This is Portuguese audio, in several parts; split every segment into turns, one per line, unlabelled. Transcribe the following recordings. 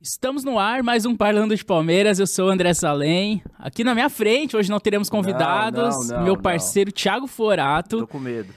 Estamos no ar, mais um Parlando de Palmeiras. Eu sou o André Salem. Aqui na minha frente, hoje não teremos convidados,
Não, não, não,
meu
não.
parceiro Thiago Forato.
Tô com medo.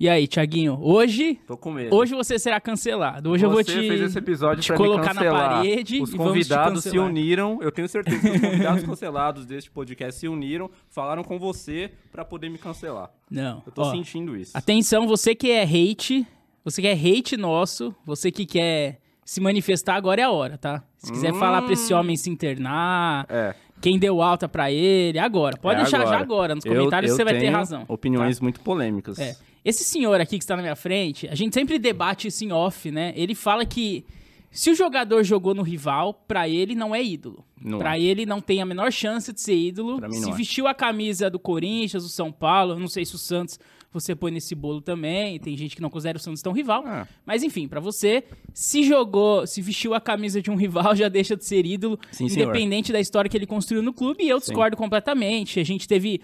E aí, Thiaguinho, hoje,
Tô com medo.
hoje você será cancelado. Hoje eu vou
Você
te
fez esse episódio
te
pra
colocar na
me cancelar.
parede
Os
e vamos te
convidados se
cancelar.
uniram. Eu tenho certeza que os convidados cancelados deste podcast se uniram, falaram com você pra poder me cancelar.
Não.
Eu tô
ó,
sentindo isso.
Atenção, você que é hate, você que é hate nosso, você que quer se manifestar, agora é a hora, tá? Se quiser
Hum.
falar pra esse homem se internar,
É.
quem deu alta pra ele, agora. Pode
é
deixar já agora, nos comentários
eu, eu
você vai ter
tenho
razão. tá?
Opiniões muito polêmicas.
É. Esse senhor aqui que está na minha frente, a gente sempre debate isso em off, né? Ele fala que se o jogador jogou no rival, pra ele não é ídolo.
Não
Pra
é.
ele não tem a menor chance de ser ídolo.
Pra mim
Se
não é.
vestiu a camisa do Corinthians, do São Paulo, eu não sei se o Santos você põe nesse bolo também. Tem gente que não considera o Santos tão rival.
Ah.
Mas enfim, pra você, se jogou, se vestiu a camisa de um rival, já deixa de ser ídolo,
Sim, senhor.
independente da história que ele construiu no clube. E eu discordo completamente. A gente teve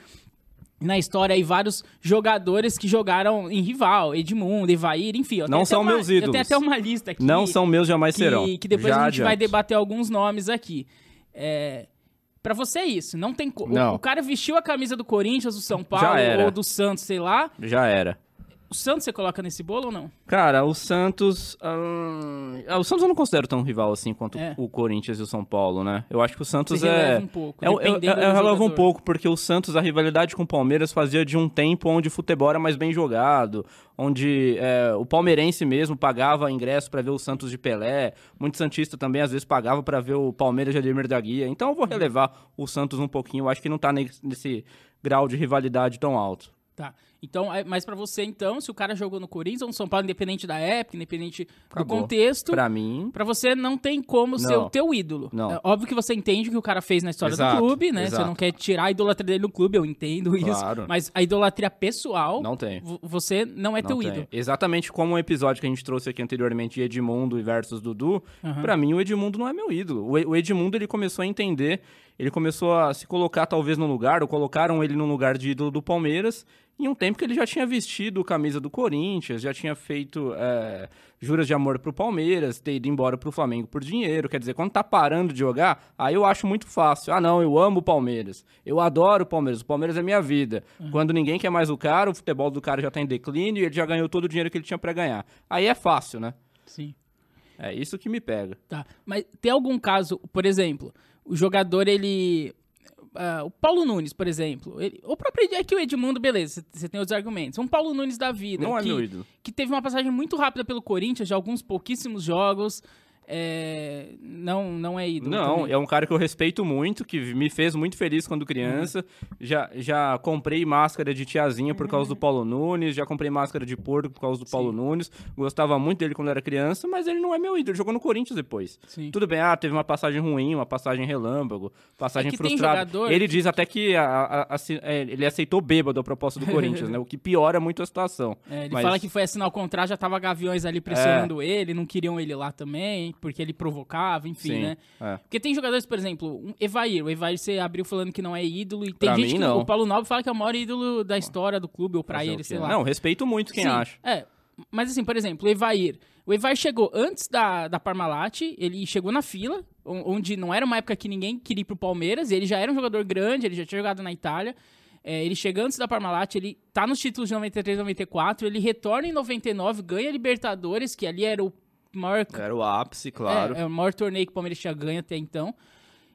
na história aí vários jogadores que jogaram em rival, Edmundo, Evair, enfim. eu tenho
Não
até
são
uma-
meus
Eu tenho
ídolos.
até uma lista aqui.
Não são meus, jamais serão.
que, que depois
Já
a gente
adianto.
vai debater alguns nomes aqui. É, para você é isso, não tem co- o-
Não.
O, cara vestiu a camisa do Corinthians, do São Paulo
era.
ou do Santos, sei lá.
Já era.
O Santos você coloca nesse bolo ou não?
Cara, o Santos. hum, ah, o Santos eu não considero tão rival assim quanto
É.
o Corinthians e o São Paulo, né? Eu acho que o Santos
Você
é.
releva um pouco,
é, eu, eu,
dependendo do
relevo um
jogador.
pouco, porque o Santos, a rivalidade com o Palmeiras fazia de um tempo onde o futebol era mais bem jogado, onde é, o palmeirense mesmo pagava ingresso pra ver o Santos de Pelé, muito Santista também às vezes pagava pra ver o Palmeiras de Ademir da Guia. Então
Uhum.
eu vou relevar o Santos um pouquinho, eu acho que não tá ne- nesse grau de rivalidade tão alto.
Tá. Então, é- mas pra você então, se o cara jogou no Corinthians ou no São Paulo, independente da época, independente
Acabou.
do contexto,
Pra mim,
Pra você não tem como ser
Não.
o teu ídolo.
Não.
É óbvio que você entende o que o cara fez na história
Exato,
do clube, né? Você
exato.
não quer tirar a idolatria dele do clube, eu entendo isso.
Claro.
Mas a idolatria pessoal,
não tem.
vo- você não é
Não
teu
tem.
ídolo.
Exatamente como o episódio que a gente trouxe aqui anteriormente de Edmundo e versus Dudu,
Aham.
pra mim o Edmundo não é meu ídolo. O E- O Edmundo ele começou a entender, ele começou a se colocar talvez no lugar, ou colocaram ele no lugar de ídolo do Palmeiras, em um tempo que ele já tinha vestido camisa do Corinthians, já tinha feito é, juras de amor pro Palmeiras, ter ido embora pro Flamengo por dinheiro. Quer dizer, quando tá parando de jogar, aí eu acho muito fácil. Ah, não, eu amo o Palmeiras. Eu adoro o Palmeiras. O Palmeiras é minha vida. Quando ninguém quer mais o cara, o futebol do cara já tá em declínio e ele já ganhou todo o dinheiro que ele tinha pra ganhar. Aí é fácil, né?
Sim.
É isso que me pega.
Tá. Mas tem algum caso, por exemplo, o jogador ele. ah, o Paulo Nunes, por exemplo. Ele, o próprio é que o Edmundo, beleza, você- você tem outros argumentos. Um Paulo Nunes da vida.
Não é
que,
meu ídolo.
que teve uma passagem muito rápida pelo Corinthians, de alguns pouquíssimos jogos. é, não, não é ídolo.
Não,
também.
é um cara que eu respeito muito, que me fez muito feliz quando criança.
Uhum.
Já, já comprei máscara de tiazinha por causa do Paulo Nunes, já comprei máscara de porco por causa do Paulo Nunes. Gostava muito dele quando era criança, mas ele não é meu ídolo. Ele Jogou no Corinthians depois.
Sim.
Tudo bem, ah, teve uma passagem ruim, uma passagem relâmpago, passagem
É que tem
frustrada.
jogador
Ele diz até que a- a- a- se- é, ele aceitou bêbado a proposta do Corinthians, né? O que piora muito a situação.
É, ele
Mas- É.
fala que foi assinar o contrato, já tava Gaviões ali pressionando ele, não queriam ele lá também, porque ele provocava, enfim,
Sim,
né?
é.
Porque tem jogadores, por exemplo, um Evair. O Evair você abriu falando que não é ídolo, e tem
Pra
gente
mim,
que
não.
o Paulo Nobre fala que é o maior ídolo da história do clube, ou pra
Fazer o
ele,
quê,
sei
né?
lá.
Não, respeito muito quem
Sim,
acha.
É. Mas assim, por exemplo, o Evair. O Evair chegou antes da, da Parmalat, ele chegou na fila, on- onde não era uma época que ninguém queria ir pro Palmeiras, e ele já era um jogador grande, ele já tinha jogado na Itália. É, ele chega antes da Parmalat, ele tá nos títulos de 93 94, ele retorna em 99, ganha Libertadores, que ali era o maior
Era o ápice, claro.
é, é o maior torneio que o Palmeiras tinha ganho até então.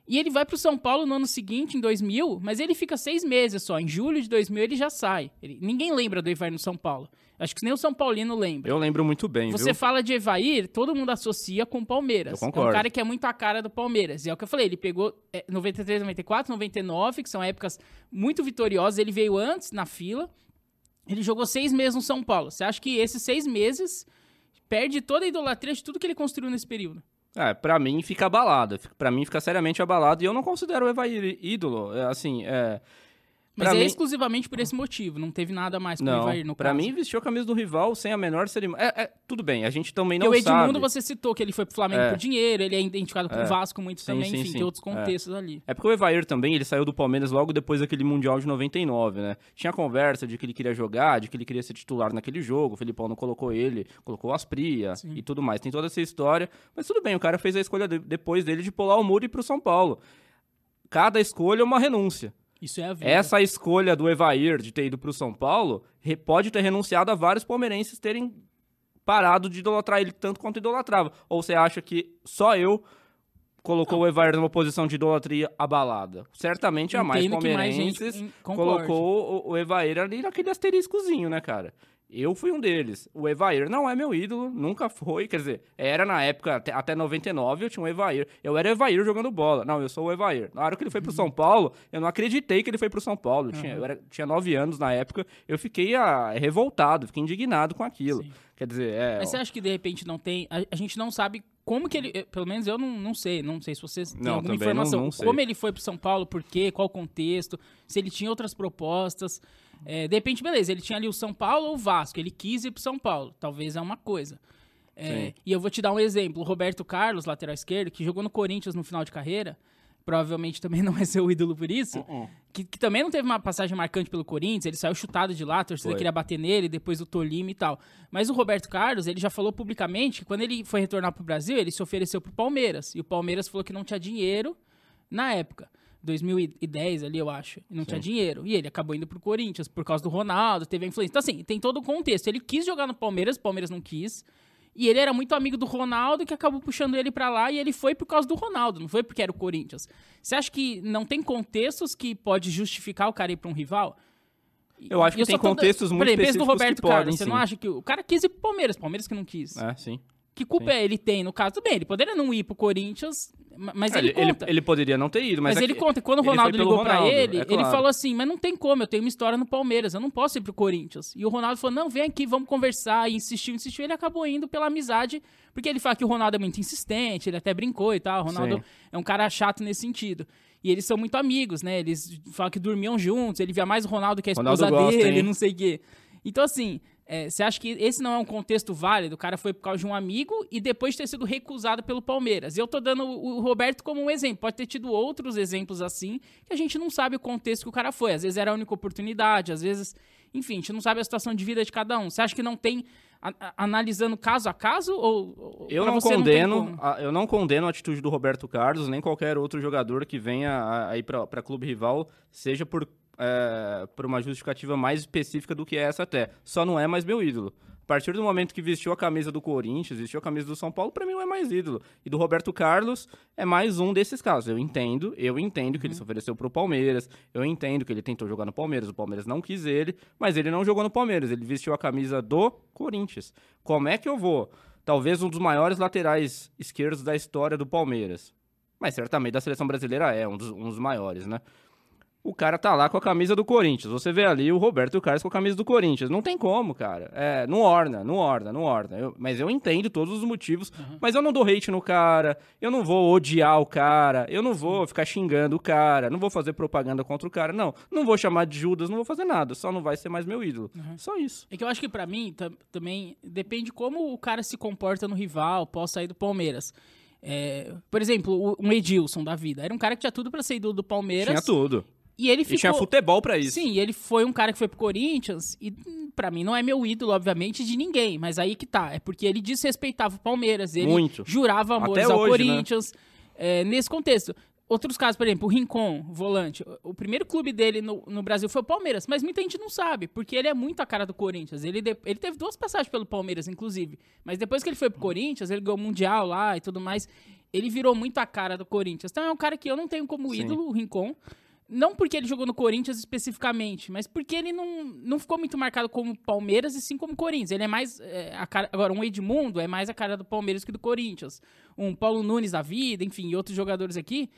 E ele vai pro São Paulo no ano seguinte, em 2000, mas ele fica seis meses só. Em julho de 2000 ele já sai. Ele- ninguém lembra do Evair no São Paulo. Acho que nem o São Paulino lembra.
Eu lembro muito bem,
Você
viu?
fala de Evair, todo mundo associa com o Palmeiras.
É Eu concordo.
É um cara que é muito a cara do Palmeiras. E é o que eu falei, ele pegou é, 93, 94, 99, que são épocas muito vitoriosas. Ele veio antes na fila. Ele jogou seis meses no São Paulo. Você acha que esses seis meses perde toda a idolatria de tudo que ele construiu nesse período?
É, pra mim fica abalado. Fica- Pra mim fica seriamente abalado. E eu não considero o Evair ídolo. É, assim, é.
Mas
Pra
é
mim-
exclusivamente por esse motivo. Não teve nada mais com o
Não,
Evair, no
pra
caso.
mim vestiu a camisa do rival sem a menor cerimônia. É, é, tudo bem, a gente também
Porque
não
o Edmundo,
sabe.
você citou que ele foi pro Flamengo
É.
por dinheiro, ele é identificado com o Vasco muito
Sim,
também,
sim,
enfim,
sim.
tem outros
É.
contextos ali.
É porque o Evair também, ele saiu do Palmeiras logo depois daquele Mundial de 99, né? Tinha conversa de que ele queria jogar, de que ele queria ser titular naquele jogo, o Felipão não colocou ele, colocou o Aspria
Sim.
e tudo mais. Tem toda essa história, mas tudo bem, o cara fez a escolha de- depois dele de pular o muro e ir pro São Paulo. Cada escolha é uma renúncia.
Isso é a vida.
Essa escolha do Evair de ter ido pro São Paulo re- pode ter renunciado a vários palmeirenses terem parado de idolatrar ele tanto quanto idolatrava. Ou você acha que só eu colocou o Evair numa posição de idolatria abalada? Certamente é a mais
Entendo que mais gente
palmeirenses
in- concorde.
colocou o, o Evair ali naquele asteriscozinho, né, cara? Eu fui um deles. O Evair não é meu ídolo, nunca foi. Quer dizer, era na época, até, até 99, eu tinha um Evair. Eu era Evair jogando bola. Não, eu sou o Evair. Na hora que ele foi pro São Paulo, eu não acreditei que ele foi pro São Paulo. Eu tinha,
Uhum.
eu era- tinha 9 anos na época. Eu fiquei ah, revoltado, fiquei indignado com aquilo. Quer dizer, é.
Mas
ó,
você acha que de repente não tem. A, a gente não sabe como que ele. eh, Pelo menos eu não, não sei. Não sei se vocês têm
Não,
alguma
também não-
informação.
não sei.
Como ele foi pro São Paulo, por quê, qual o contexto, se ele tinha outras propostas. Eh, de repente, beleza, ele tinha ali o São Paulo ou o Vasco. Ele quis ir pro São Paulo. Talvez é uma coisa. Eh,
Sim.
e eu vou te dar um exemplo. O Roberto Carlos, lateral esquerdo, que jogou no Corinthians no final de carreira. Provavelmente também não é seu ídolo por isso.
Uh-uh.
Que, que também não teve uma passagem marcante pelo Corinthians, ele saiu chutado de lá, a torcida
Foi.
queria bater nele, depois o Tolima e tal. Mas o Roberto Carlos, ele já falou publicamente que quando ele foi retornar pro Brasil, ele se ofereceu pro Palmeiras. E o Palmeiras falou que não tinha dinheiro na época. 2010 ali, eu acho. E Não tinha dinheiro. E ele acabou indo pro Corinthians por causa do Ronaldo, teve a influência. Então, assim, tem todo o contexto. Ele quis jogar no Palmeiras, o Palmeiras não quis. E ele era muito amigo do Ronaldo, que acabou puxando ele pra lá, e ele foi por causa do Ronaldo, não foi porque era o Corinthians. Você acha que não tem contextos que pode justificar o cara ir pra um rival?
Eu acho
E
que tem
só tô-
contextos muito
Peraí, pensa
específicos
no Roberto
que podem,
Carlos, você
sim.
não acha que o cara quis ir pro Palmeiras, Palmeiras que não quis.
É, sim.
Que culpa é ele tem, no caso? Tudo bem, ele poderia não ir pro Corinthians, ma- mas
É,
ele,
ele,
conta.
ele poderia não ter ido, mas.
Mas, ele
aqui-
conta, quando o
ele foi
Ronaldo
pelo
ligou pra
Ronaldo,
ele,
é
ele
claro.
falou assim, mas não tem como, eu tenho uma história no Palmeiras, eu não posso ir pro Corinthians. E o Ronaldo falou, não, vem aqui, vamos conversar, e insistiu, insistiu, ele acabou indo pela amizade, porque ele fala que o Ronaldo é muito insistente, ele até brincou e tal, o Ronaldo
Sim.
é um cara chato nesse sentido. E eles são muito amigos, né, eles falam que dormiam juntos, ele via mais o Ronaldo que a
Ronaldo
esposa
gosta,
dele,
hein?
não sei o quê. Então, assim, é, você acha que esse não é um contexto válido? O cara foi por causa de um amigo e depois ter sido recusado pelo Palmeiras. E eu tô dando o o Roberto como um exemplo. Pode ter tido outros exemplos assim que a gente não sabe o contexto que o cara foi. Às vezes era a única oportunidade, às vezes. Enfim, a gente não sabe a situação de vida de cada um. Você acha que não tem. a- a- analisando caso a caso? Ou, ou-
Eu
pra
não
você tem
condeno,
como?
a, eu não condeno a atitude do Roberto Carlos, nem qualquer outro jogador que venha a- a ir para clube rival, seja por, é, por uma justificativa mais específica do que essa até. Só não é mais meu ídolo. A partir do momento que vestiu a camisa do Corinthians, vestiu a camisa do São Paulo, para mim não é mais ídolo. E do Roberto Carlos é mais um desses casos. Eu entendo, eu entendo que ele
Uhum.
se ofereceu pro Palmeiras, eu entendo que ele tentou jogar no Palmeiras, o Palmeiras não quis ele, mas ele não jogou no Palmeiras, ele vestiu a camisa do Corinthians. Como é que eu vou? Talvez um dos maiores laterais esquerdos da história do Palmeiras. Mas certamente da seleção brasileira é um dos, um dos maiores, né? O cara tá lá com a camisa do Corinthians. Você vê ali o Roberto Carlos com a camisa do Corinthians. Não tem como, cara. É, não orna, não orna, não orna. Eu- mas eu entendo todos os motivos.
Uhum.
Mas eu não dou hate no cara. Eu não vou odiar o cara. Eu não vou ficar xingando o cara. Não vou fazer propaganda contra o cara. Não. Não vou chamar de Judas. Não vou fazer nada. Só não vai ser mais meu ídolo. Só isso.
É que eu acho que pra mim tam- também depende como o cara se comporta no rival, pós sair do Palmeiras. É, por exemplo, o- um Edilson da vida. Era um cara que tinha tudo pra ser ídolo do Palmeiras.
Tinha tudo.
E ele
E tinha
ficou.
futebol pra isso.
Sim, ele foi um cara que foi pro Corinthians e hum, pra mim não é meu ídolo, obviamente, de ninguém, mas aí que tá, é porque ele desrespeitava o Palmeiras, ele
Muito.
jurava amores
Até
ao
hoje, né?
Corinthians, é, nesse contexto. Outros casos, por exemplo, o Rincon, volante, o- o primeiro clube dele no, no Brasil foi o Palmeiras, mas muita gente não sabe, porque ele é muito a cara do Corinthians, ele, de- ele teve duas passagens pelo Palmeiras, inclusive, mas depois que ele foi pro Corinthians, ele ganhou o Mundial lá e tudo mais, ele virou muito a cara do Corinthians, então é um cara que eu não tenho como
Sim.
ídolo, o Rincon, não porque ele jogou no Corinthians especificamente, mas porque ele não, não ficou muito marcado como Palmeiras e sim como Corinthians. Ele é mais é, a cara. Agora, um Edmundo é mais a cara do Palmeiras que do Corinthians. Um Paulo Nunes da vida, enfim, e outros jogadores aqui.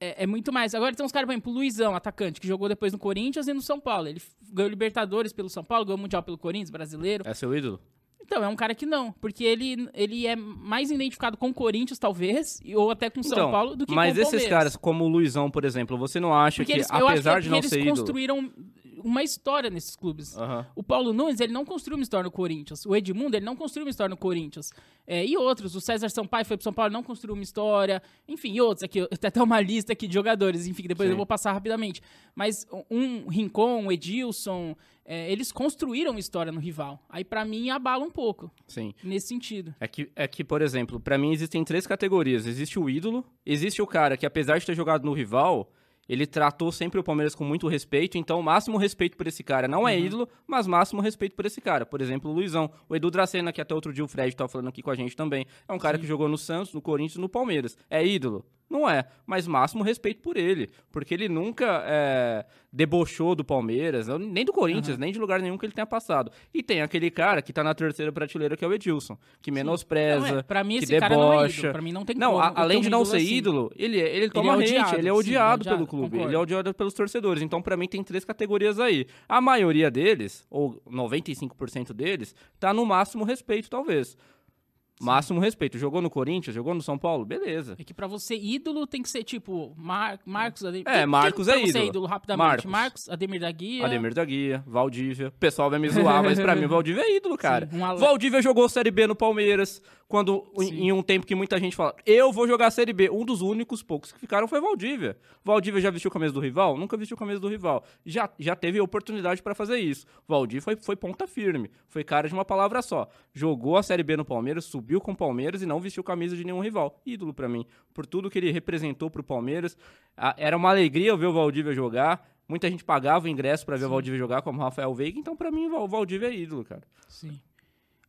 É, é muito mais. Agora tem uns caras, por exemplo, o Luizão, atacante, que jogou depois no Corinthians e no São Paulo. Ele f- ganhou Libertadores pelo São Paulo, ganhou Mundial pelo Corinthians, brasileiro.
É seu ídolo?
Então, é um cara que não, porque ele, ele é mais identificado com o Corinthians, talvez, e- ou até com o São
Então,
Paulo, do que
Mas
com o
esses
Palmeiras.
caras, como o Luizão, por exemplo, você não acha
porque
que,
eles, eu acho que é
apesar de
porque
não
eles
ser ídolo...
construíram uma história nesses clubes.
Aham.
O Paulo Nunes, ele não construiu uma história no Corinthians. O Edmundo, ele não construiu uma história no Corinthians. É, e outros. O César Sampaio foi pro São Paulo, não construiu uma história. Enfim, e outros. Aqui, eu- tem até uma lista aqui de jogadores. Enfim, que depois
Sim.
eu vou passar rapidamente. Mas um, um Rincon, um Edilson, é, eles construíram uma história no rival. Aí, pra mim, abala um pouco
Sim.
nesse sentido.
É que, é que, por exemplo, pra mim existem três categorias. Existe o ídolo, existe o cara que, apesar de ter jogado no rival, ele tratou sempre o Palmeiras com muito respeito, então máximo respeito por esse cara. Não é
Uhum.
ídolo, mas máximo respeito por esse cara. Por exemplo, o Luizão, o Edu Dracena, que até outro dia o Fred tava falando aqui com a gente também. É um cara que jogou no Santos, no Corinthians, no Palmeiras. É ídolo? Não é, mas máximo respeito por ele, porque ele nunca é, debochou do Palmeiras, nem do Corinthians, nem de lugar nenhum que ele tenha passado. E tem aquele cara que tá na terceira prateleira, que é o Edilson, que menospreza,
Não, é, pra mim,
que
esse
debocha.
cara não é ídolo. Pra mim, não tem
Não,
como.
a-
eu ter
além
um
de não
ídolo
ser
assim.
ídolo, ele, é- ele toma
é
hate,
odiado, sim,
ele é odiado
ele é
pelo
odiado,
clube,
concordo.
ele é odiado pelos torcedores. Então, pra mim, tem três categorias aí. A maioria deles, ou 95% deles, tá no máximo respeito, talvez. Máximo respeito. Jogou no Corinthians, jogou no São Paulo, beleza.
É que pra você, ídolo tem que ser tipo Mar Marcos Ademir.
É,
Quem- quem
Marcos
pra
é
você
ídolo.
ídolo rapidamente.
Marcos.
Marcos, Ademir da Guia.
Ademir da Guia, Valdívia. O pessoal vai me zoar, mas pra mim o Valdívia é ídolo, cara.
Sim, um Ale-
Valdívia jogou Série B no Palmeiras, quando em- em um tempo que muita gente fala, eu vou jogar Série B. Um dos únicos poucos que ficaram foi Valdívia. Valdívia já vestiu a camisa do rival? Nunca vestiu a camisa do rival. Já, já teve oportunidade pra fazer isso. Valdívia foi, foi ponta firme. Foi cara de uma palavra só. Jogou a Série B no Palmeiras, subiu com o Palmeiras e não vestiu camisa de nenhum rival. Ídolo pra mim. Por tudo que ele representou pro Palmeiras. Ah, Era uma alegria ver o Valdívia jogar. Muita gente pagava o ingresso pra ver o Valdívia jogar, como o Rafael Veiga, então pra mim o Val- o Valdívia é ídolo, cara.
Sim.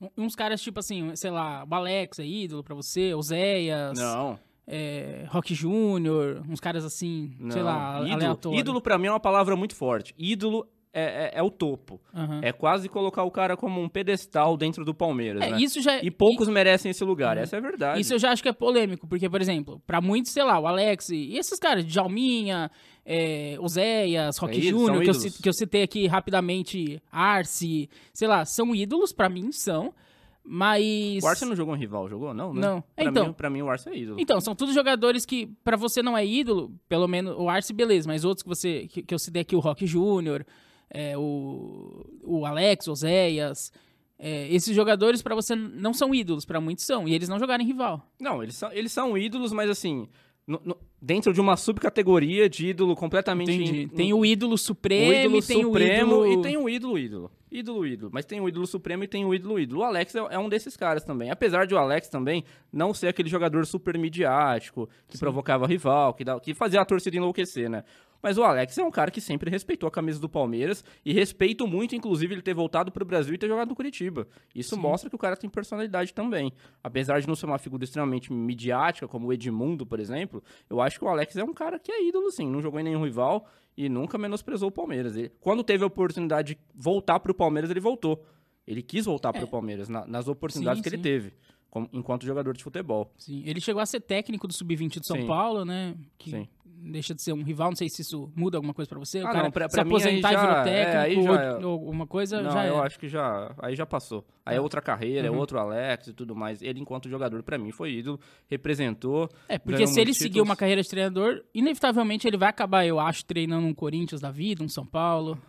Um- Uns caras tipo assim, sei lá, o Alex é ídolo pra você, Oséias,
Não,
é, Rock Júnior, uns caras assim,
não.
sei lá,
ídolo,
aleatório.
ídolo pra mim é uma palavra muito forte. Ídolo é, é- é o topo.
Aham.
É quase colocar o cara como um pedestal dentro do Palmeiras,
É,
né?
isso já
E poucos merecem esse lugar, essa é a verdade.
Isso eu já acho que é polêmico, porque, por exemplo, pra muitos, sei lá, o Alex e esses caras, Djalminha, é, Oséias, Rock
ídolos, são
Júnior, que, eu
ídolos.
ci- que eu citei aqui rapidamente, Arce, sei lá, são ídolos, pra mim são, mas...
O Arce não jogou um rival, jogou? Não, né?
Não.
Pra
Então-
mim, pra mim o Arce é ídolo.
Então, são todos jogadores que, pra você não é ídolo, pelo menos o Arce, beleza, mas outros que você que, que eu citei aqui, o Rock Júnior, é, o, o Alex, o Oséias, é, esses jogadores pra você n- não são ídolos, pra muitos são, e eles não jogaram em rival.
Não, eles são, eles são ídolos, mas assim, no- no- dentro de uma subcategoria de ídolo completamente...
Entendi.
in-
Tem o ídolo supremo,
o ídolo
tem
supremo
o ídolo...
e tem o ídolo ídolo. Ídolo ídolo. Mas tem o ídolo supremo e tem o ídolo ídolo. O Alex é, é um desses caras também. Apesar de o Alex também não ser aquele jogador super midiático, que provocava rival, que, dá- que fazia a torcida enlouquecer, né? Mas o Alex é um cara que sempre respeitou a camisa do Palmeiras e respeito muito, inclusive, ele ter voltado pro Brasil e ter jogado no Curitiba. Isso mostra que o cara tem personalidade também. Apesar de não ser uma figura extremamente midiática, como o Edmundo, por exemplo, eu acho que o Alex é um cara que é ídolo, sim. Não jogou em nenhum rival e nunca menosprezou o Palmeiras. Ele- quando teve a oportunidade de voltar pro Palmeiras, ele voltou. Ele quis voltar pro Palmeiras na- nas oportunidades
É. Sim,
que ele
sim.
teve, como- enquanto jogador de futebol.
Sim, ele chegou a ser técnico do Sub-20 de São
Sim.
Paulo, né? Que
Sim.
deixa de ser um rival, não sei se isso muda alguma coisa pra você.
Ah,
o cara
não, pra-
se
pra mim aí
aposentar
já-
e virou
é, aí
técnico
já é.
ou, ou alguma coisa,
Não,
já
eu
era. Tá. Uhum.
acho que já. Aí já passou. Aí é outra carreira, é outro Alex e tudo mais. Ele, enquanto jogador, pra mim, foi ídolo, representou.
É, porque
ganhou
se ele
muitos
seguir uma
títulos.
carreira de treinador, inevitavelmente ele vai acabar, eu acho, treinando um Corinthians da vida, um São Paulo.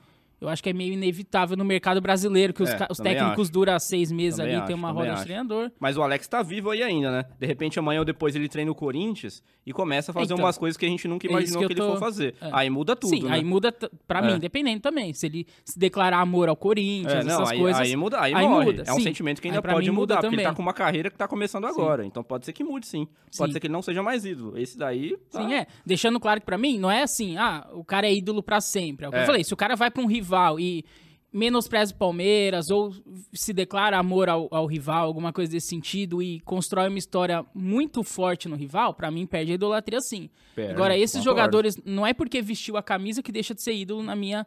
Eu acho que é meio inevitável no mercado brasileiro, que os,
É,
ca- os
também
técnicos duram seis meses
Também
ali, tem
acho,
uma
também
roda
acho.
de treinador.
Mas o Alex tá vivo aí ainda, né? De repente, amanhã ou depois ele treina o Corinthians e começa a fazer
Então,
umas coisas que a gente nunca
é isso
imaginou que,
que eu
ele
tô-
for fazer.
é.
Aí muda tudo,
Sim,
né?
aí muda t- pra
É.
mim, dependendo também. Se ele se declarar amor ao Corinthians,
É, não,
essas
aí,
coisas.
aí muda, aí,
aí
morre.
muda,
é um
sim.
sentimento que ainda
Aí pra mim
pode
muda
mudar, porque ele tá
também.
com uma carreira que tá começando agora. Então pode ser que mude, sim. Pode
Sim.
ser que ele não seja mais ídolo. Esse daí. tá-
Sim, é. Deixando claro que pra mim, não é assim, ah, o cara é ídolo pra sempre. É o que
É.
eu falei, se o cara vai pra um rival e menospreza o Palmeiras ou se declara amor ao, ao rival, alguma coisa desse sentido, e constrói uma história muito forte no rival, pra mim perde a idolatria sim.
Perde,
Agora, esses
concordo.
jogadores, não é porque vestiu a camisa que deixa de ser ídolo na minha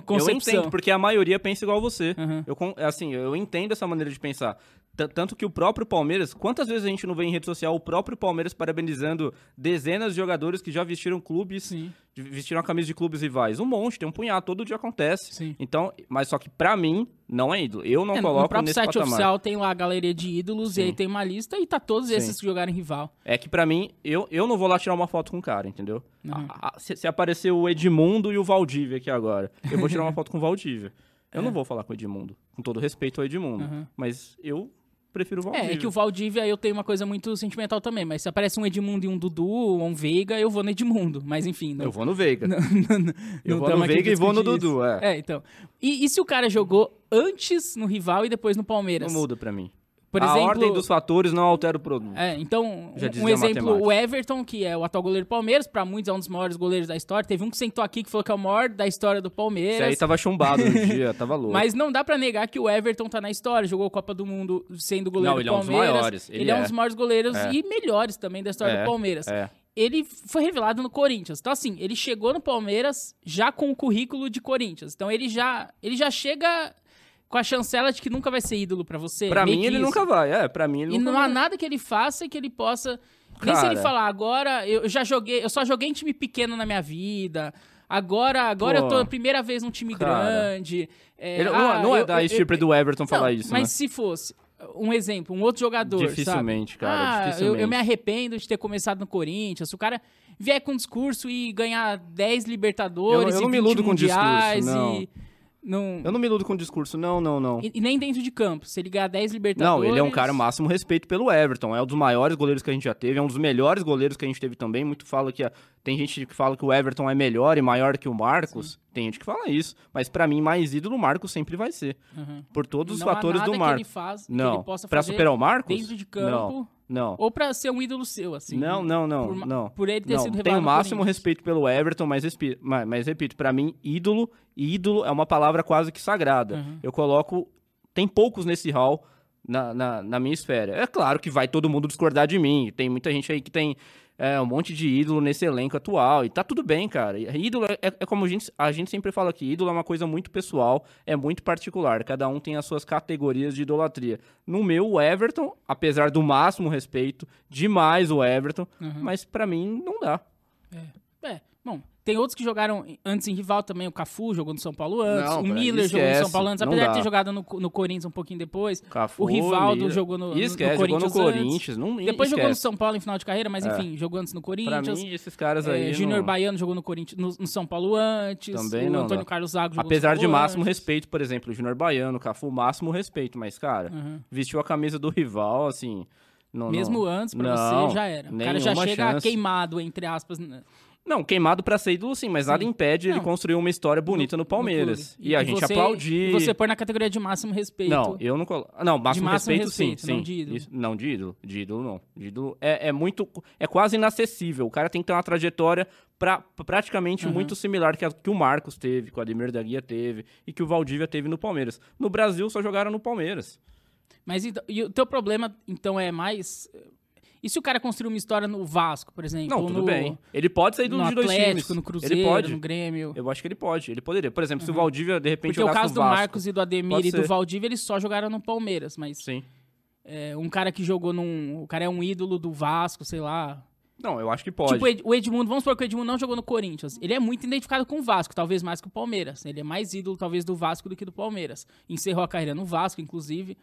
con- concepção.
eu entendo, porque a maioria pensa igual você.
Uhum.
Eu, con- assim, eu entendo essa maneira de pensar. T- Tanto que o próprio Palmeiras, quantas vezes a gente não vê em rede social o próprio Palmeiras parabenizando dezenas de jogadores que já vestiram clubes,
Sim.
de- vestiram a camisa de clubes rivais? Um monte, tem um punhado, todo dia acontece.
Sim.
Então, mas só que pra mim, não é ídolo. Eu não
É, no
coloco
próprio
nesse
site
patamar.
oficial tem lá a galeria de ídolos e
Sim.
aí tem uma lista e tá todos esses que jogaram em rival.
É que pra mim, eu, eu não vou lá tirar uma foto com o cara, entendeu?
Uhum.
A- a- se, se aparecer o Edmundo e o Valdívia aqui agora, eu vou tirar uma foto com o Valdívia. Eu não vou falar com o Edmundo, com todo respeito ao Edmundo.
É. Uhum.
Mas eu prefiro o Valdívia.
É, é que o Valdívia eu tenho uma coisa muito sentimental também, mas se aparece um Edmundo e um Dudu ou um Veiga, eu vou no Edmundo. Mas enfim, não,
Eu vou no Veiga. eu
não
vou no
tamo aqui
Veiga e vou no
discutir isso.
Dudu, é.
É, então. E, e se o cara jogou antes no rival e depois no Palmeiras?
Não muda pra mim.
Por
a
exemplo,
ordem dos fatores não altera o produto.
É, então,
Já
um-
dizia
um
a
exemplo,
matemática.
o Everton, que é o atual goleiro do Palmeiras, pra muitos é um dos maiores goleiros da história. Teve um que sentou aqui que falou que é o maior da história do
Esse aí
Palmeiras.
tava chumbado no dia, tava louco.
Mas não dá pra negar que o Everton tá na história, jogou Copa do Mundo sendo goleiro
Não,
do
ele é um dos
Palmeiras.
maiores, ele
Ele é um
é.
dos maiores goleiros
É.
e melhores também da história
É,
do Palmeiras.
é.
Ele foi revelado no Corinthians. Então, assim, ele chegou no Palmeiras já com o currículo de Corinthians. Então, ele já, ele já chega com a chancela de que nunca vai ser ídolo pra você.
Pra
meio
mim
que
ele
isso.
nunca vai, é, pra mim ele
E
nunca
não
vai.
há nada que ele faça que ele possa. Nem se
Cara.
ele falar, agora eu já joguei, eu só joguei em time pequeno na minha vida. Agora, agora
Pô.
eu tô a primeira vez num time
Cara.
grande. É,
Ele- não,
ah,
é- não é
eu-
da
eu-
estirpe do Everton falar
Não,
isso,
Mas
né?
se fosse um exemplo, um outro jogador. sabe?
Dificilmente, cara,
Ah, eu- Eu,
dificilmente.
me arrependo de ter começado no Corinthians. Se o cara vier com discurso e ganhar 10 Libertadores,
Eu- eu
e
não me
20
iludo com discurso,
mundiais
não.
E, não-
Eu não me iludo com o discurso, não, não, não.
e- e nem dentro de campo. Se ele ganhar 10 Libertadores.
Não, ele é um cara máximo respeito pelo Everton. É um dos maiores goleiros que a gente já teve, é um dos melhores goleiros que a gente teve também. Muito fala que a- tem gente que fala que o Everton é melhor e maior que o Marcos. Tem gente que fala isso, mas pra mim mais ídolo o Marcos sempre vai ser,
Uhum.
por todos os
Não há
fatores
nada
do
Que ele
Marcos.
faz, que ele
Não,
possa
pra
fazer
superar o Marcos?
dentro de campo.
Não. Não.
Ou pra ser um ídolo seu, assim.
Não, não, não,
Por ma-
não.
Por ele ter
Não,
sido
tenho
revelado.
o máximo
por ele.
respeito pelo Everton, mas, respi- mas, mas repito, pra mim, ídolo, ídolo é uma palavra quase que sagrada.
Uhum.
Eu coloco. Tem poucos nesse hall na, na, na minha esfera. É claro que vai todo mundo discordar de mim. Tem muita gente aí que tem é, um monte de ídolo nesse elenco atual. E tá tudo bem, cara. E Ídolo é, é como a gente, a gente sempre fala aqui: ídolo é uma coisa muito pessoal, é muito particular. Cada um tem as suas categorias de idolatria. No meu, o Everton, apesar do máximo respeito, demais o Everton, mas pra mim não dá.
É, bom. Tem outros que jogaram antes em rival também. O Cafu jogou no São Paulo antes.
Não,
o
pra-
Miller jogou no
esquece,
São Paulo antes.
não
Apesar de
dá.
ter jogado no, no Corinthians um pouquinho depois.
Cafu,
o Rivaldo
Miller.
jogou no, no-
Esquece,
no
jogou
Corinthians.
no
antes.
Corinthians. Não,
Depois
esquece. É.
jogou no São Paulo em final de carreira, mas enfim, jogou antes no
Pra
Corinthians.
mim, esses caras
É,
aí.
Júnior
não-
Baiano jogou no, Corinthians, no, no São Paulo antes.
Também
o
não
Antônio
dá.
Carlos Zago jogou no
Apesar
São
de
Paulo
máximo
antes.
respeito, por exemplo, o Júnior Baiano, o Cafu, máximo respeito, mas, cara,
Uhum.
vestiu a camisa do rival, assim. Não,
Mesmo
não,
antes, pra
não,
você, já era. O cara já
nenhuma
chega
chance.
queimado, entre aspas. né? n-
Não, queimado pra ser ídolo, sim, mas nada impede ele
Não.
construir uma história bonita no, Palmeiras.
clube.
e, a gente
você-
aplaudir.
E você põe na categoria de máximo respeito.
Não, eu não colo... Ah, Não, máximo,
máximo
respeito,
respeito,
sim, sim.
não de ídolo.
Isso, não de ídolo. De ídolo, não. De ídolo é, é muito. É quase inacessível. O cara tem que ter uma trajetória pra, praticamente
Aham.
muito similar que, a- que o Marcos teve, que o Ademir da Guia teve e que o Valdívia teve no Palmeiras. No Brasil só jogaram no Palmeiras.
Mas então, e o teu problema, então, é mais. E se o cara construir uma história no Vasco, por exemplo?
Não,
ou
tudo
no,
bem. Ele pode sair
No
dos dois times.
Atlético, no Cruzeiro,
ele pode.
no Grêmio.
Eu acho que ele pode. Ele poderia. Por exemplo, se o Valdívia de repente
Porque o
jogasse
caso
no
do
Vasco.
Marcos e do Ademir
Pode
e do
ser.
Valdívia, eles só jogaram no Palmeiras, mas
Sim.
é, um cara que jogou num. O cara é um ídolo do Vasco, sei lá.
Não, eu acho que pode.
Tipo, o Ed- o Edmundo, vamos supor que o Edmundo não jogou no Corinthians. Ele é muito identificado com o Vasco, talvez mais que o Palmeiras. Ele é mais ídolo, talvez, do Vasco do que do Palmeiras. Encerrou a carreira no Vasco, inclusive.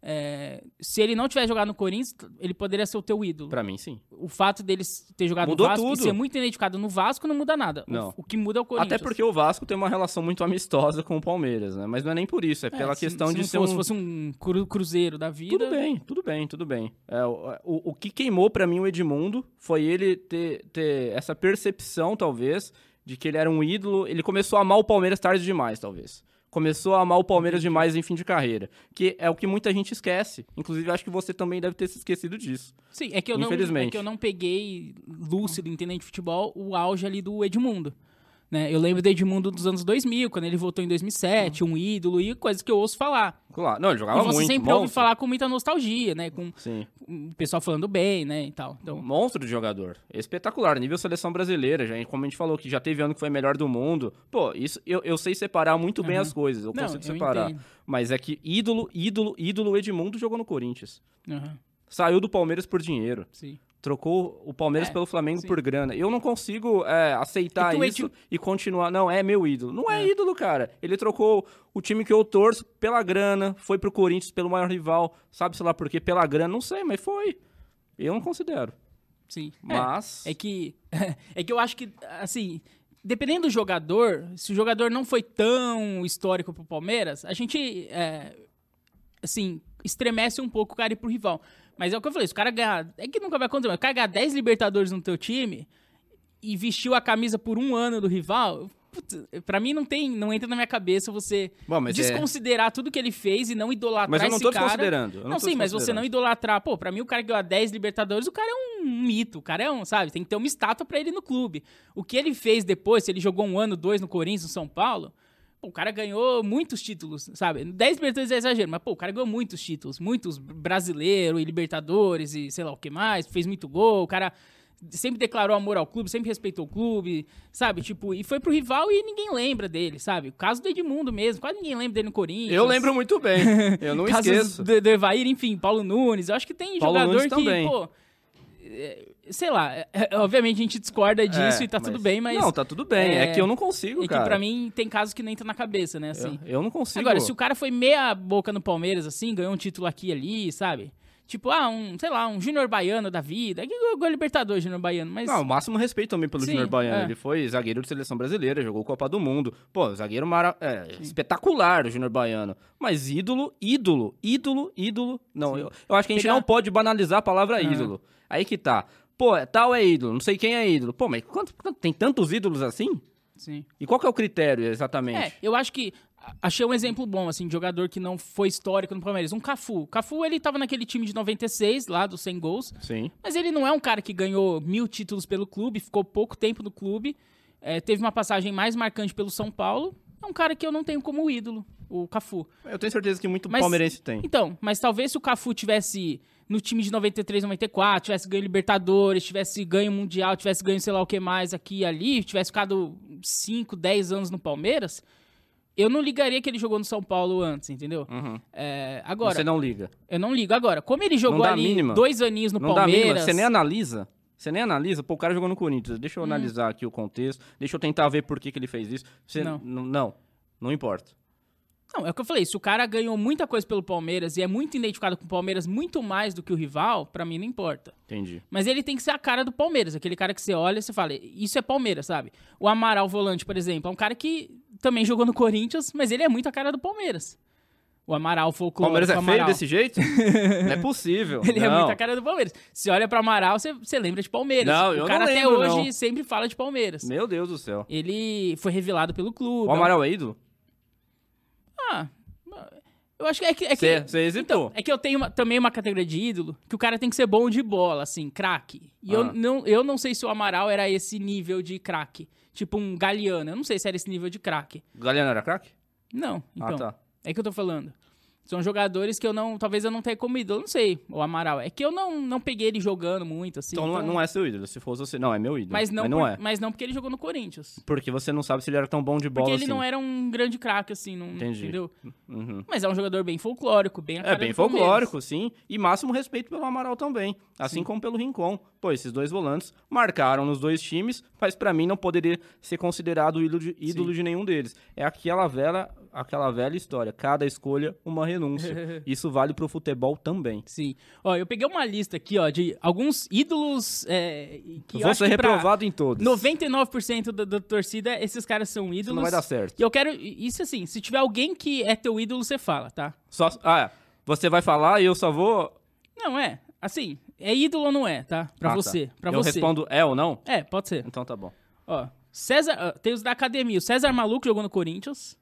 É, se ele não tivesse jogado no Corinthians, ele poderia ser o teu ídolo.
Pra mim, sim.
O fato dele s- ter jogado
Mudou
no Vasco
tudo.
e ser muito identificado no Vasco não muda nada. O-
Não.
O, que muda é o Corinthians.
Até porque o Vasco tem uma relação muito amistosa com o Palmeiras, né? Mas não é nem por isso, é pela
se-
questão
se
de
não
ser
fosse,
um...
fosse né? um cru- cruzeiro da vida...
Tudo bem, tudo bem, tudo bem. É, o, o- o que queimou pra mim o Edmundo foi ele ter, ter essa percepção, talvez, de que ele era um ídolo. Ele começou a amar o Palmeiras tarde demais, talvez. Começou a amar o Palmeiras demais em fim de carreira. Que é o que muita gente esquece. Inclusive, acho que você também deve ter se esquecido disso.
Sim, é que, eu não, é
Infelizmente.
que eu não peguei lúcido, entendente de futebol, o auge ali do Edmundo. Né? Eu lembro do Edmundo dos anos 2000, quando ele voltou em 2007, um ídolo e coisas que eu ouço falar.
Claro. Não, ele jogava
e você
muito.
sempre
monstro.
ouve falar com muita nostalgia, né? Com
Sim.
o pessoal falando bem, né, e tal. Então,
Monstro de jogador. Espetacular. Nível seleção brasileira. Já, como a gente falou, que já teve ano que foi melhor do mundo. Pô, isso eu, eu sei separar muito bem as coisas. Eu
Uhum. Não,
consigo
eu
separar.
entendo.
Mas é que ídolo, ídolo, ídolo Edmundo jogou no Corinthians.
aham,
Saiu do Palmeiras por dinheiro.
sim.
Trocou o Palmeiras
É,
pelo Flamengo
sim.
por grana. Eu não consigo é, aceitar
É que o
isso e continuar. Não, é meu ídolo. Não é, ídolo, cara. Ele trocou o time que eu torço pela grana, foi pro Corinthians pelo maior rival, sabe, sei lá por quê, pela grana, não sei, mas foi. Eu não considero.
Sim. É,
Mas.
É, que é que eu acho que assim, dependendo do jogador, se o jogador não foi tão histórico pro Palmeiras, a gente é, assim, estremece um pouco o cara ir pro rival. Mas é o que eu falei, se o cara ganhar, é que nunca vai acontecer, mas o cara ganhar 10 Libertadores no teu time e vestiu a camisa por um ano do rival, putz, pra mim não tem, não entra na minha cabeça você
Bom, mas é-
desconsiderar tudo que ele fez e não idolatrar
Mas eu não
esse
tô
cara.
desconsiderando, eu não
Não,
tô
sim, mas você não
desconsiderando.
idolatrar. Pô, pra mim o cara que ganhou a 10 Libertadores, o cara é um mito, o cara é um, sabe? Tem que ter uma estátua pra ele no clube. O que ele fez depois, se ele jogou um ano, dois no Corinthians, no São Paulo, pô, o cara ganhou muitos títulos, sabe? 10 Libertadores é exagero, mas pô, o cara ganhou muitos títulos, muitos brasileiro e Libertadores e sei lá o que mais, fez muito gol, o cara sempre declarou amor ao clube, sempre respeitou o clube, sabe? Tipo, e foi pro rival e ninguém lembra dele, sabe? O caso do Edmundo mesmo, quase ninguém lembra dele no Corinthians.
Eu lembro muito bem. Eu não
Casos
esqueço.
Do, do Evair, enfim, Paulo Nunes. Eu acho que tem
Paulo
jogador
Nunes
que,
também.
pô. é, Sei lá, é, é, obviamente a gente discorda disso
É,
e tá tudo bem, mas.
Não, tá tudo bem. É,
é,
que eu não consigo,
é que
cara.
pra mim tem casos que nem tá na cabeça, né? Assim.
eu, eu não consigo.
Agora, se o cara foi meia boca no Palmeiras, assim, ganhou um título aqui e ali, sabe? Tipo, ah, um, sei lá, um Júnior Baiano da vida. É que ganhou Libertador, Júnior Baiano, mas.
Não, o máximo respeito também pelo
Sim,
Júnior Baiano.
é.
Ele foi zagueiro de seleção brasileira, jogou Copa do Mundo. Pô, zagueiro mara... é, espetacular o Júnior Baiano. Mas ídolo, ídolo, ídolo, ídolo. Não, eu, eu acho que a gente
Pegar-
não pode banalizar a palavra ídolo. Aí que tá. Pô, é- tal é ídolo, não sei quem é ídolo. Pô, mas quanto, quanto- tem tantos ídolos assim?
Sim.
E qual que é o critério exatamente?
É, eu acho que a- achei um exemplo bom, assim, de jogador que não foi histórico no Palmeiras. Um Cafu. Cafu, ele tava naquele time de 96, lá dos 100 gols.
Sim.
Mas ele não é um cara que ganhou mil títulos pelo clube, ficou pouco tempo no clube, é, teve uma passagem mais marcante pelo São Paulo. É um cara que eu não tenho como ídolo, o Cafu.
Eu tenho certeza que muito
Mas-
palmeirense tem.
Então, mas talvez se o Cafu tivesse no time de 93, 94, tivesse ganho Libertadores, tivesse ganho Mundial, tivesse ganho sei lá o que mais aqui e ali, tivesse ficado 5, 10 anos no Palmeiras, eu não ligaria que ele jogou no São Paulo antes, entendeu?
Uhum.
É, agora,
Você não liga.
eu não ligo. Agora, como ele jogou
dá a
ali
mínima.
dois aninhos no
não dá a
Palmeiras... Hum.
mínima, você nem analisa. Você nem analisa, pô, o cara jogou no Corinthians. Deixa eu analisar aqui o contexto, deixa eu tentar ver por que, que ele fez isso. Você,
Não.
não. não, não importa.
Não, é o que eu falei. Se o cara ganhou muita coisa pelo Palmeiras e é muito identificado com o Palmeiras muito mais do que o rival, pra mim não importa.
Entendi.
Mas ele tem que ser a cara do Palmeiras, aquele cara que você olha e você fala, isso é Palmeiras, sabe? O Amaral Volante, por exemplo, é um cara que também jogou no Corinthians, mas ele é muito a cara do Palmeiras. O Amaral
O
folclórico.
Palmeiras é
o
feio
Amaral.
desse jeito? não é possível.
Ele é
não.
muito a cara do Palmeiras. Você olha pro Amaral, você, você lembra de Palmeiras.
Não,
o
eu não
cara até
lembro,
hoje
não.
sempre fala de Palmeiras.
Meu Deus do céu.
Ele foi revelado pelo clube.
O Amaral é ídolo?
Ah, eu acho que é que. É que
Você você hesitou.
É que eu tenho uma- também uma categoria de ídolo que o cara tem que ser bom de bola, assim, craque. E eu,
Ah.
não, eu não sei se o Amaral era esse nível de craque. Tipo um Galeano. Eu não sei se era esse nível de craque.
O Galeno era craque?
Não, é- então.
ah, tá.
É que eu tô falando. São jogadores que eu não. Talvez eu não tenha como ídolo, eu não sei, o Amaral. É que eu não, não peguei ele jogando muito, assim.
Então não, é- não é seu ídolo. Se fosse você. Não, é meu ídolo.
Mas não,
mas não
por-
é.
mas não porque ele jogou no Corinthians.
Porque você não sabe se ele era tão bom de bola
Porque ele
assim.
não era um grande craque, assim, não,
Entendi.
entendeu?
Uhum.
Mas é um jogador bem folclórico, bem a
É
cara
bem
do Palmeiras.
folclórico, sim. E máximo respeito pelo Amaral também. Assim como pelo Rincon. Pô, esses dois volantes marcaram nos dois times, mas pra mim não poderia ser considerado ídolo de, ídolo de nenhum deles. É aquela velha, aquela velha história. Cada escolha, uma renúncia. Isso vale pro futebol também.
Sim. Ó, eu peguei uma lista aqui, ó, de alguns ídolos é, que eu
Vou
acho
ser
que pra
reprovado em todos.
99% da, da torcida, esses caras são ídolos.
Isso não vai dar certo.
E eu quero. Isso assim, se tiver alguém que é teu ídolo, você fala, tá?
Só, ah, você vai falar e eu só vou.
Não, é. Assim, é ídolo ou não é, tá? Pra
Ah, tá.
você. Pra
eu
você.
respondo é ou não?
É, pode ser.
Então tá bom.
Ó, César. ó, tem os da academia. O César Maluco jogou no Corinthians.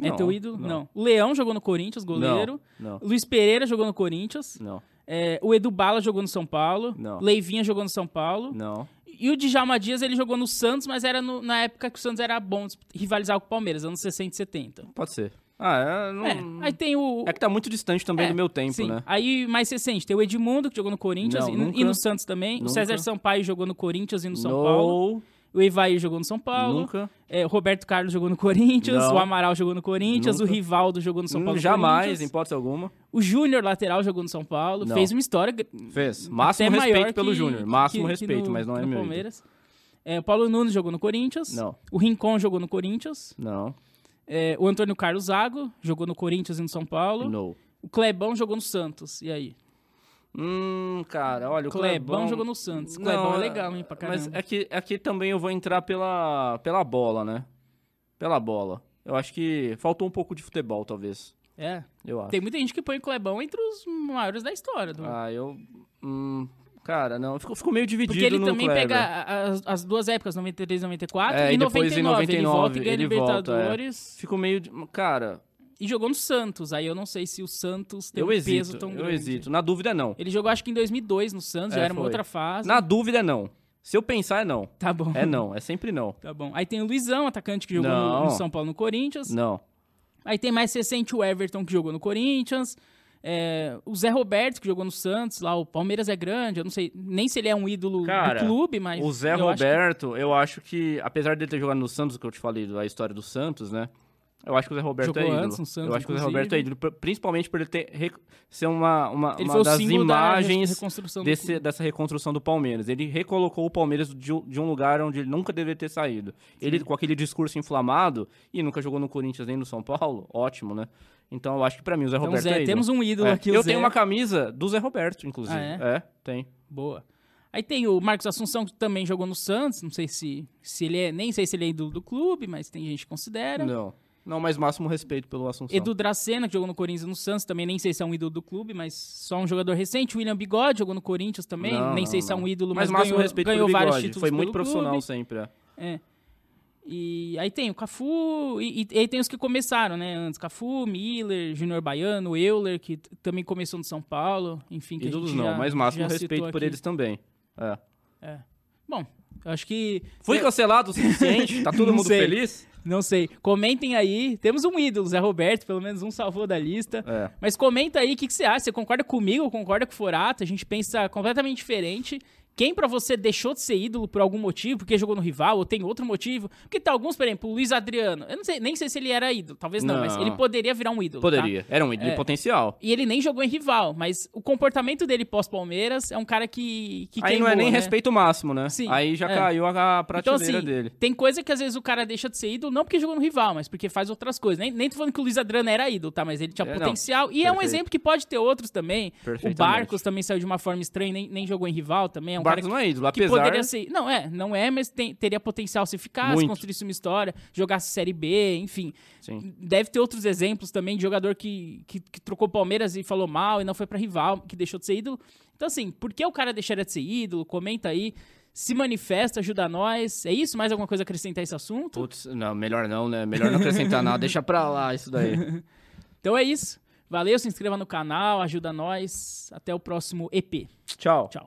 é
Não,
teu ídolo?
não.
O Leão jogou no Corinthians, goleiro.
Não, não.
Luiz Pereira jogou no Corinthians.
Não,
É, o Edu Bala jogou no São Paulo.
Não.
Leivinha jogou no São Paulo.
não.
E o Djalma Dias, ele jogou no Santos, mas era no- na época que o Santos era bom de rivalizar com o Palmeiras, anos 60 e 70.
Pode ser. Ah, é, não-
É, aí tem o...
é que tá muito distante também
É,
do meu tempo,
sim.
né?
Aí, mais recente, tem o Edmundo, que jogou no Corinthians
Não,
e, no-
nunca.
e no Santos também. O
Nunca.
César Sampaio jogou no Corinthians e no São
No-
Paulo. O Ivaí jogou no São Paulo.
Nunca.
É, o Roberto Carlos jogou no Corinthians.
Não.
O Amaral jogou no Corinthians.
Nunca.
O Rivaldo jogou no São
Hum,
Paulo. e
Jamais, em
Corinthians.
hipótese alguma.
O Júnior, lateral, jogou no São Paulo.
Não.
Fez uma história gr-
Fez.
até
Máximo
É maior
respeito pelo
que-
Júnior.
que-
Máximo
que
respeito,
no-
mas não
que
é
no
meu. ídolo.
Palmeiras. É, o Paulo Nunes jogou no Corinthians.
Não.
O Rincon jogou no Corinthians.
Não.
É, o Antônio Carlos Zago jogou no Corinthians e no São Paulo.
Não.
O Clebão jogou no Santos. E aí?
Hum, cara, olha, o
Clebão,
Clebão...
jogou no Santos. Clebão é
Não,
legal, hein, pra caramba.
Mas é aqui, aqui também eu vou entrar pela, pela bola, né? Pela bola. Eu acho que faltou um pouco de futebol, talvez.
É.
Eu acho.
Tem muita gente que põe o Clebão entre os maiores da história. do-
Ah, eu... hum, cara, não. eu Fico, fico meio dividido
Porque ele
no
também
Kleber.
pega a- as, as duas épocas, 93 94,
É,
e
e depois
99,
em
Ele volta
99,
e ganha
ele volta, é.
Libertadores.
Fico meio... de- Cara,
E jogou no Santos. Aí eu não sei se o Santos tem
eu
um
hesito.
peso tão
Eu
grande.
hesito. Na dúvida, não.
Ele jogou acho que em 2002 no Santos,
É,
já era uma
foi.
outra fase.
Na dúvida, não. Se eu pensar, é não.
Tá bom.
É não. É sempre não.
Tá bom. Aí tem o Luizão, atacante que jogou no,
Não.
no São Paulo no Corinthians.
Não.
Aí tem mais recente o Everton que jogou no Corinthians. É, o Zé Roberto que jogou no Santos, lá o Palmeiras é grande, eu não sei nem se ele é um ídolo
Cara,
do clube, mas.
O Zé
eu acho que-
Roberto, eu acho que, apesar dele ter jogado no Santos, que eu te falei da história do Santos, né? Eu acho que o Zé Roberto
Jogou
é ídolo.
antes no Santos,
eu acho que o Zé
inclusive.
Roberto é ídolo, pr- principalmente por ele ter rec- ser uma, uma,
ele
é uma
foi o
das
símbolo da- da,
imagens
reconstrução do
desse-
clube.
dessa reconstrução do Palmeiras. Ele recolocou o Palmeiras de, um- de um lugar onde ele nunca deveria ter saído. Ele com aquele discurso inflamado e nunca jogou no Corinthians nem no São Paulo, ótimo, né? Então eu acho que pra mim o Zé
Então,
Roberto é
Zé,
ídolo.
temos um ídolo
É.
aqui, o
Eu
Zé.
tenho uma camisa do Zé Roberto, inclusive.
Ah, é?
é, tem.
Boa. Aí tem o Marcos Assunção, que também jogou no Santos. Não sei se, se ele é. Nem sei se ele é ídolo do clube, mas tem gente que considera.
Não. Não, mas máximo respeito pelo Assunção.
Edu Dracena, que jogou no Corinthians e no Santos, também nem sei se é um ídolo do clube, mas só um jogador recente. William Bigode jogou no Corinthians também,
Não,
nem
não,
sei se é
não.
um ídolo,
mas
mas,
máximo
ganhou,
respeito
ganhou
pelo
vários
Bigode.
títulos
Foi muito
pelo
profissional
clube.
sempre. é.
É. E aí tem o Cafu, e, e- e aí tem os que começaram, né? Antes, Cafu, Miller, Júnior Baiano, Euler, que t- também começou no São Paulo, enfim. Que a
Ídolos
gente
não,
já-
mas máximo
já citou
respeito por
aqui.
eles também. É.
Bom, eu acho que.
Fui cancelado o suficiente? Tá todo
Não
mundo
sei.
feliz?
Não sei. Comentem aí. Temos um ídolo, Zé Roberto, pelo menos um salvou da lista.
É.
Mas comenta aí o que, que você acha. Você concorda comigo ou concorda com o Forato? A gente pensa completamente diferente. Quem pra você deixou de ser ídolo por algum motivo? Porque jogou no rival ou tem outro motivo? Porque tá alguns, por exemplo, o Luiz Adriano. Eu não sei, nem sei se ele era ídolo, talvez não,
Não.
mas ele poderia virar um ídolo. tá?
Poderia. Era um
É.
ídolo de potencial.
E ele nem jogou em rival, mas o comportamento dele pós-Palmeiras é um cara que. que
Aí não é
queimou,
nem
né?
respeito máximo, né?
Sim,
Aí já
é.
caiu a a
Então,
prateleira
assim,
dele.
tem coisa que às vezes o cara deixa de ser ídolo, não porque jogou no rival, mas porque faz outras coisas. Nem, nem tô falando que o Luiz Adriano era ídolo, tá? Mas ele tinha
É, não.
potencial. E é um
Perfeito.
exemplo que pode ter outros também. O
Perfeitamente.
Barcos também saiu de uma forma estranha, nem, nem jogou em rival também. É um
o
cara
Barcos
que,
não é ídolo,
que
apesar...
poderia ser. Não, é, não é, mas tem- teria potencial se ficasse,
Muito.
construísse uma história, jogasse Série B, enfim.
Sim.
Deve ter outros exemplos também de jogador que, que, que trocou Palmeiras e falou mal e não foi pra rival, que deixou de ser ídolo. Então, assim, por que o cara deixaria de ser ídolo? Comenta aí. Se manifesta, ajuda nós. É isso? Mais alguma coisa a acrescentar a esse assunto?
Putz, não, melhor não, né? Melhor não acrescentar nada. Deixa pra lá isso daí.
Então é isso. Valeu, se inscreva no canal, ajuda nós. Até o próximo EP.
Tchau.
Tchau.